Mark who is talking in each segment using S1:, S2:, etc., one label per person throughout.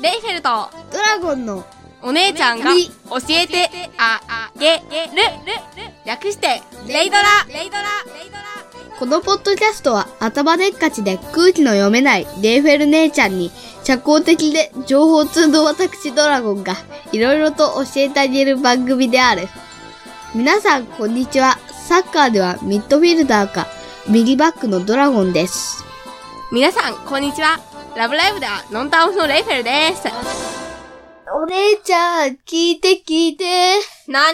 S1: レイフェルト
S2: ドラゴンの
S1: お姉ちゃんが
S2: み
S1: 教えてあげる略してレイドラ
S2: このポッドキャストは頭でっかちで空気の読めないレイフェル姉ちゃんに社交的で情報通の私ドラゴンがいろいろと教えてあげる番組である。皆さんこんにちは。サッカーではミッドフィルダーか右バックのドラゴンです。
S1: 皆さんこんにちはラブライブではノンタンオフのレイフェルです
S2: お姉ちゃん、聞いて聞いて。
S1: 何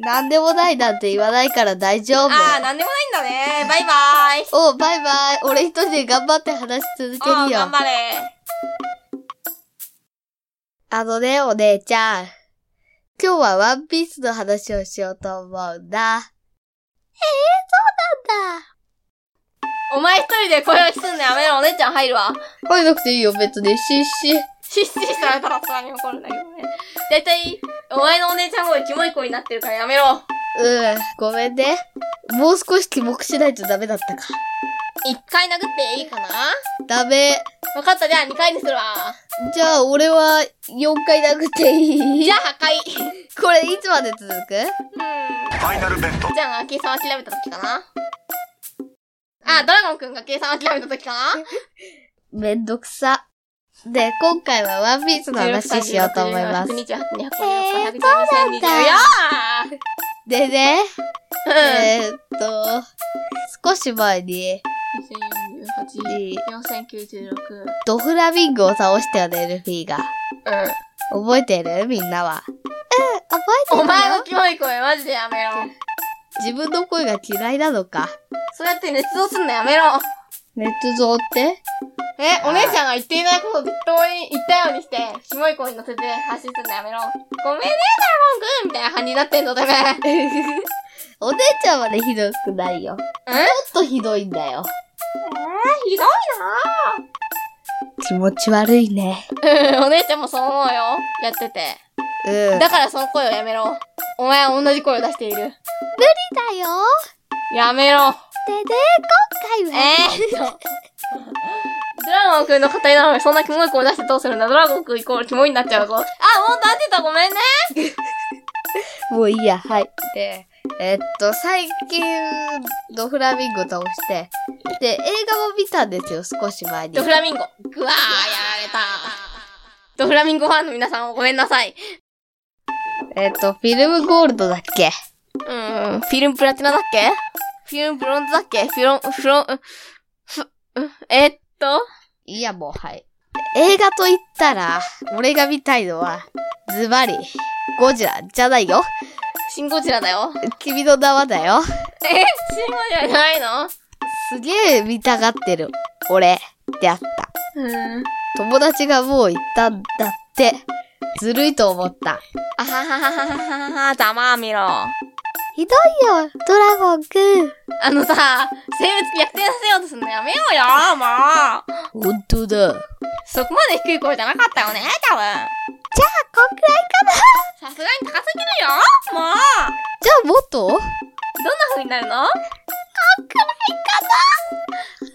S2: なんでもないなんて言わないから大丈夫。
S1: あーなんでもないんだねバイバイ
S2: おう、バイバイ。俺一人で頑張って話し続ける
S1: あー
S2: よ。
S1: 頑張れ
S2: あのね、お姉ちゃん。今日はワンピースの話をしようと思うんだ。ええそうなんだ。
S1: お前一人で声をきすんのやめろお姉ちゃん入るわ
S2: 入らなくていいよ、別に。しっし。
S1: 失神されたらさらに怒るんだけどねだいたいお前のお姉ちゃん声キモい声になってるからやめろ
S2: うん、ごめんね。もう少し記目しないとダメだったか。
S1: 一回殴っていいかな
S2: ダメ。
S1: 分かったじゃあ二回にするわ
S2: じゃあ、俺は4回殴っていい
S1: じゃあ破壊
S2: これいつまで続く
S1: う
S3: ファイナルベッド
S1: ん。じゃあ、計算を諦めた時かな。あ、ドラゴンくんが計算を諦めた時かな。
S2: めんどくさ。で、今回はワンピースの話しようと思います。
S1: 28、200、
S2: えー
S1: 120、120、
S2: だ
S1: や
S2: でね、
S1: ー
S2: えーっと、少し前に、
S1: 2048、4096。
S2: ドフラミンゴを倒したよね、ルフィが。
S1: う
S2: 覚えてるみんなは。うん、覚
S1: ん。お前のキモい声マジでやめろ。
S2: 自分の声が嫌いなのか。
S1: そうやって熱造すんのやめろ。
S2: 熱造って
S1: え、お姉ちゃんが言っていないことを適当に言ったようにして、キモい声に乗せて発信するのやめろ。ごめんね、ドラゴンくんみたいな感じになってんの、てめえ。
S2: お姉ちゃんまでひどくないよ。
S1: え
S2: ちょっとひどいんだよ。
S1: えー、ひどいなぁ。
S2: 気持ち悪いね。
S1: うん、 お姉ちゃんもそう思うよ。やってて。
S2: うん。だ
S1: だからその声をやめろ。お前は同じ声を出している。
S2: よ。
S1: やめろ。
S2: でね、今
S1: えー、 ドラゴンくんの語りなのにそんなキモい声出してどうするんだドラゴンくんイコールキモいになっちゃうぞ。あ、もう立ってたごめんね。
S2: もういいや、はい。で、えっと、最近、ドフラミンゴ倒して、で、映画も見たんですよ、少し前に。
S1: ドフラミンゴ。ぐわー、やられた。ドフラミンゴファンの皆さんごめんなさい。
S2: えっと、フィルムゴールドだっけ
S1: うん、フィルムプラチナだっけフィルムブロンズだっけフィロン、フロン、ふ、えっと、
S2: いや、もう、はい。映画と言ったら、俺が見たいのは、ズバリ、ゴジラじゃないよ。
S1: シンゴジラだよ。
S2: 君の名はだよ。
S1: えシンゴジラじゃないの
S2: すげえ見たがってる。俺、であった。
S1: うん。
S2: 友達がもう言ったんだって。ずるいと思った。
S1: あははははははは、ざまあみろ。あ
S2: ひどいよ、ドラゴンくん。
S1: のさ、生物逆転させようとするのやめようよ、もう。
S2: 本当だ。
S1: そこまで低い声じゃなかったよね、多分。
S2: こんくらい
S1: さすがに高すぎるよ、もう。
S2: じゃあもっと
S1: どんな風になるのこっくらいかなうー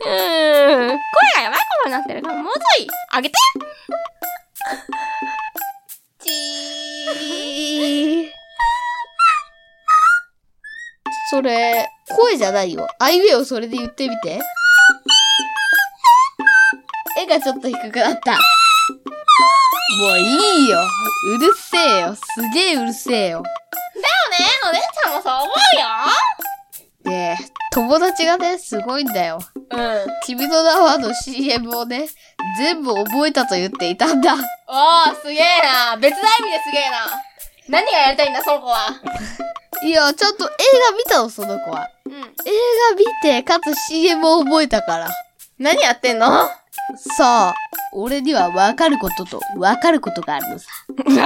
S1: ん。声がやばい声になってるから、もうちょい、上げて
S2: ちー。 それ、声じゃないよ。あいうえをそれで言ってみて。絵がちょっと低くなった。もういいよ。うるせえよ。すげえうるせえよ。
S1: だよね、お姉ちゃんもそう思
S2: で、友達がね、すごいんだよ。
S1: うよ。うん。
S2: 君の名はの CM をね、全部覚えたと言っていたんだ。
S1: おー、すげえな。別の意味ですげえな。何がやりたいんだ、その子は。
S2: いや、ちゃんと映画見たの、その子は。
S1: うん。
S2: 映画見て、かつ CM を覚えたから。
S1: 何やってんの
S2: さあ、俺にはわかることとわかることがあるのさ。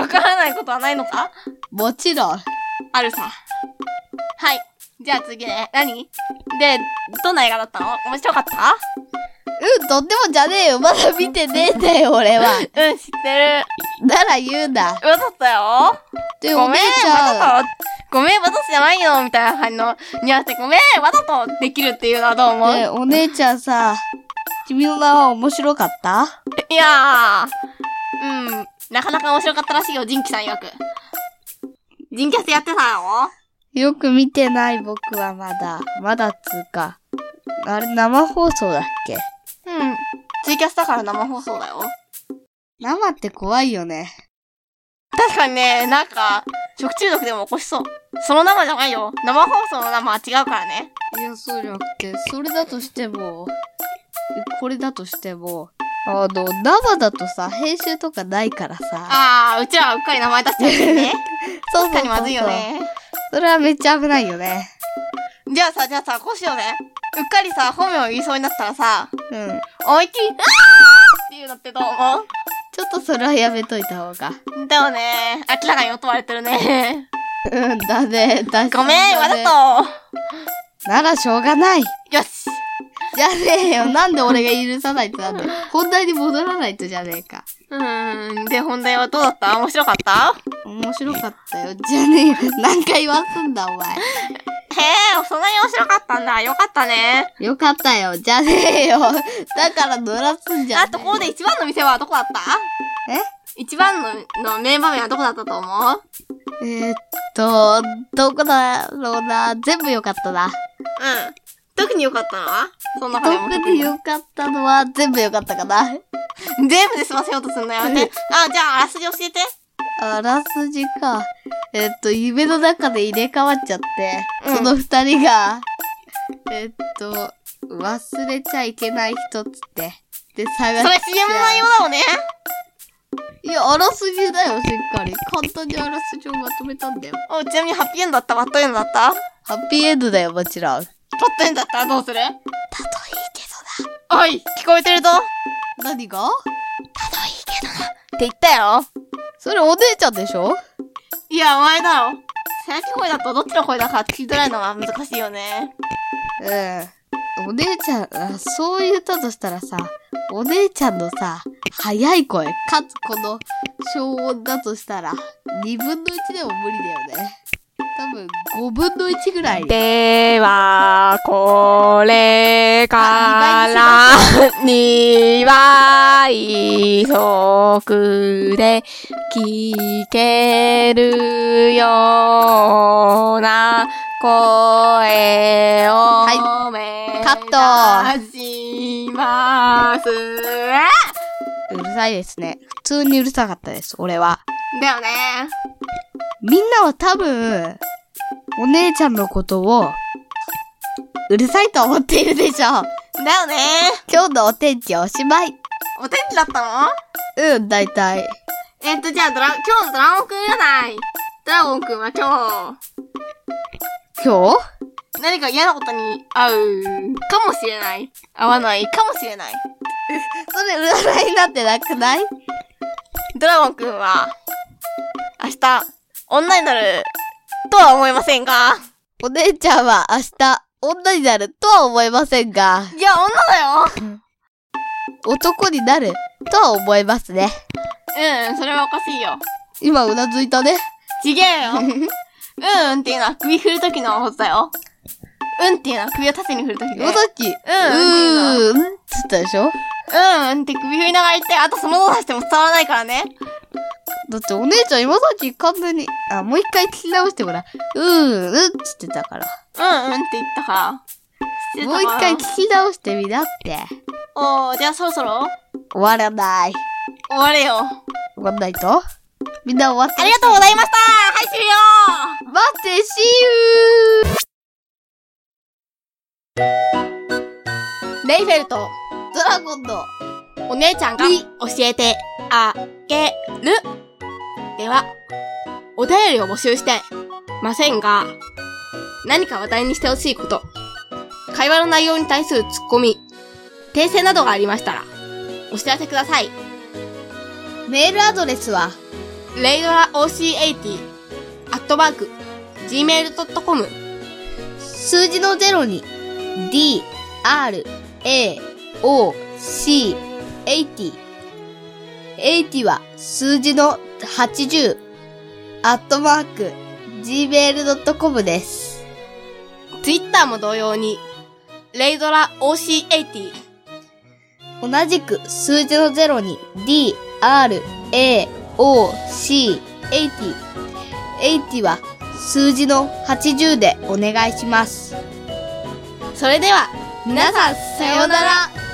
S1: わからないことはないのか
S2: もちろん、
S1: あるさ。はい。じゃあ次ね。何で、どんな映画だったの面白かった
S2: うん、とってもじゃねえよ。まだ見てねえんだよ、俺は。
S1: うん、知ってる。
S2: なら言うな。
S1: わざったよ。
S2: で、お
S1: ごめ
S2: 姉
S1: ん、
S2: ちゃん。
S1: わざと。ごめん、わざとじゃないよ、みたいな反応にあって、ごめん、わざとできるっていうのはどう思う
S2: ねえお姉ちゃんさ、君の名は面白かった
S1: いやー。うん。なかなか面白かったらしいよ、ジンキさん曰く。ジンキャスやってたよ。
S2: よく見てない僕はまだ。まだっつうか。あれ、生放送だっけ
S1: うん。ツイキャスだから生放送だよ。
S2: 生って怖いよね。
S1: 確かにね、なんか、食中毒でも起こしそう。その生じゃないよ。生放送の生は違うからね。
S2: いや、そうじゃなくて、それだとしても、これだとしても、あの、生だとさ、編集とかないからさ。
S1: あー、うちらはうっかり名前出しちゃうけどね。
S2: そう
S1: 確かにまずいよ。ね。
S2: それはめっちゃ危ないよね。
S1: じゃあさ、じゃあさ、こうしようね。うっかりさ、本名を言いそうになったらさ、
S2: うん。
S1: 思いっきり、あーっていうのってどう思う
S2: ちょっとそれはやめといた方が。
S1: でもね、明らかに音割れてる ね。
S2: うん、だね。だし
S1: ごめん、わ
S2: だね
S1: ざと。
S2: ならしょうがない。
S1: よし。
S2: じゃねえよ。なんで俺が許さないとなんで。本題に戻らないとじゃねえか。
S1: うーん。で、本題はどうだった面白かった
S2: 面白かったよ。じゃねえよ。何回言わすんだ、お前。
S1: へえ、そんなに面白かったんだ。よかったね。
S2: よかったよ。じゃねえよ。だから乗らすんじゃね
S1: あと、ここで一番の店はどこだった
S2: え
S1: 一番のの名場面はどこだったと思う
S2: えーっと、どこだろうな。全部良かったな。
S1: うん。特に良かったのはその中でも
S2: 特に良かったのは全部良かったかな。
S1: 全部で済ませようとするのやめて。あ、じゃあ、あらすじ教えて。
S2: あらすじか。えーっと、夢の中で入れ替わっちゃって、
S1: うん
S2: その二人が、えーっと、忘れちゃいけない人っつって、で、探し
S1: そ
S2: て
S1: れ CM の内容だもんね。
S2: いや、あらすじだよ、しっかり。簡単にあらすじをまとめたんだよ。
S1: おちなみにハッピーエンドだったバッドエンドだったバッ
S2: ハッピーエンドだよ、もちろん。だとい
S1: ドエン
S2: い
S1: ドだったらどうする
S2: け
S1: おい、聞こえてるぞ。バッ
S2: どな。何が
S1: ドいいけどな。って言ったやろ。
S2: それお姉ちゃんでしょ
S1: いや、お前だろ。さやき声だとどっちの声だか聞きづらいのが難しいよね。
S2: うん。お姉ちゃん、あそう言ったとしたらさ、お姉ちゃんのさ、速い声、かつこの消音だとしたら、2分の1でも無理だよね。多分、5分の1ぐらい。
S1: では、これ
S2: から
S1: には、急くで聞けるような声を
S2: は
S1: 目
S2: カッ
S1: トします。
S2: うるさいですね。普通にうるさかったです、俺は。
S1: だよね。
S2: みんなは多分、お姉ちゃんのことを、うるさいと思っているでしょ
S1: だよ
S2: う。
S1: ね。
S2: 今日のお天気おしまい。
S1: お天気だったの
S2: うん、だいたい。
S1: えっと、じゃあ、ドラ、今日のドラゴンくん占い。ドラゴンくんは今
S2: 今日
S1: 日、何か嫌なことに会うかもしれない。会わないかもしれない。
S2: それ占いになってなくない
S1: ドラゴンくんは、明日、女になる、とは思いませんが。
S2: お姉ちゃんは明日、女になるとは思えませんが、
S1: いや、女だよ
S2: 男になるとは思えますね。
S1: うん、それはおかしいよ。
S2: 今うなずいたね。
S1: ちげえようんうんっていうのは首振るときの音だよ。うんっていうのは首を縦に振るときで。
S2: 今さっき、う
S1: う
S2: ーん、っつったでしょ
S1: うんうんって首振りながら言って、あとその動作しても伝わらないからね。
S2: だってお姉ちゃん今さっき完全に、あ、もう一回聞き直してごらん。うーん、うんっつってたから。
S1: うんうんって言ったから。
S2: もう一回
S1: 知ってたか
S2: 聞き直してみなって。
S1: な。おー、じゃあそろそろ
S2: 終わらない。
S1: 終われよ。
S2: 終わんないとみんな終わって
S1: ありがとうございましたはい、終了
S2: 待って、See you! レイフェルト、ドラゴンの、
S1: お姉ちゃんが
S2: に
S1: 教えてあげる。では、お便りを募集してませんが、何か話題にしてほしいこと、会話の内容に対するツッコミ、訂正などがありましたら、お知らせください。
S2: メールアドレスは、
S1: レイドラ OC80、アットマーク、gmail.com、
S2: 数字の0に、d, r, a, o, c, 80。80は数字の80、アットマーク、gmail.com です。
S1: Twitter も同様に、レイドラ OC80、
S2: 同じく数字の0に D, R, A, O, C, 80。80は数字の80でお願いします。
S1: それでは、
S2: 皆さん、さようなら。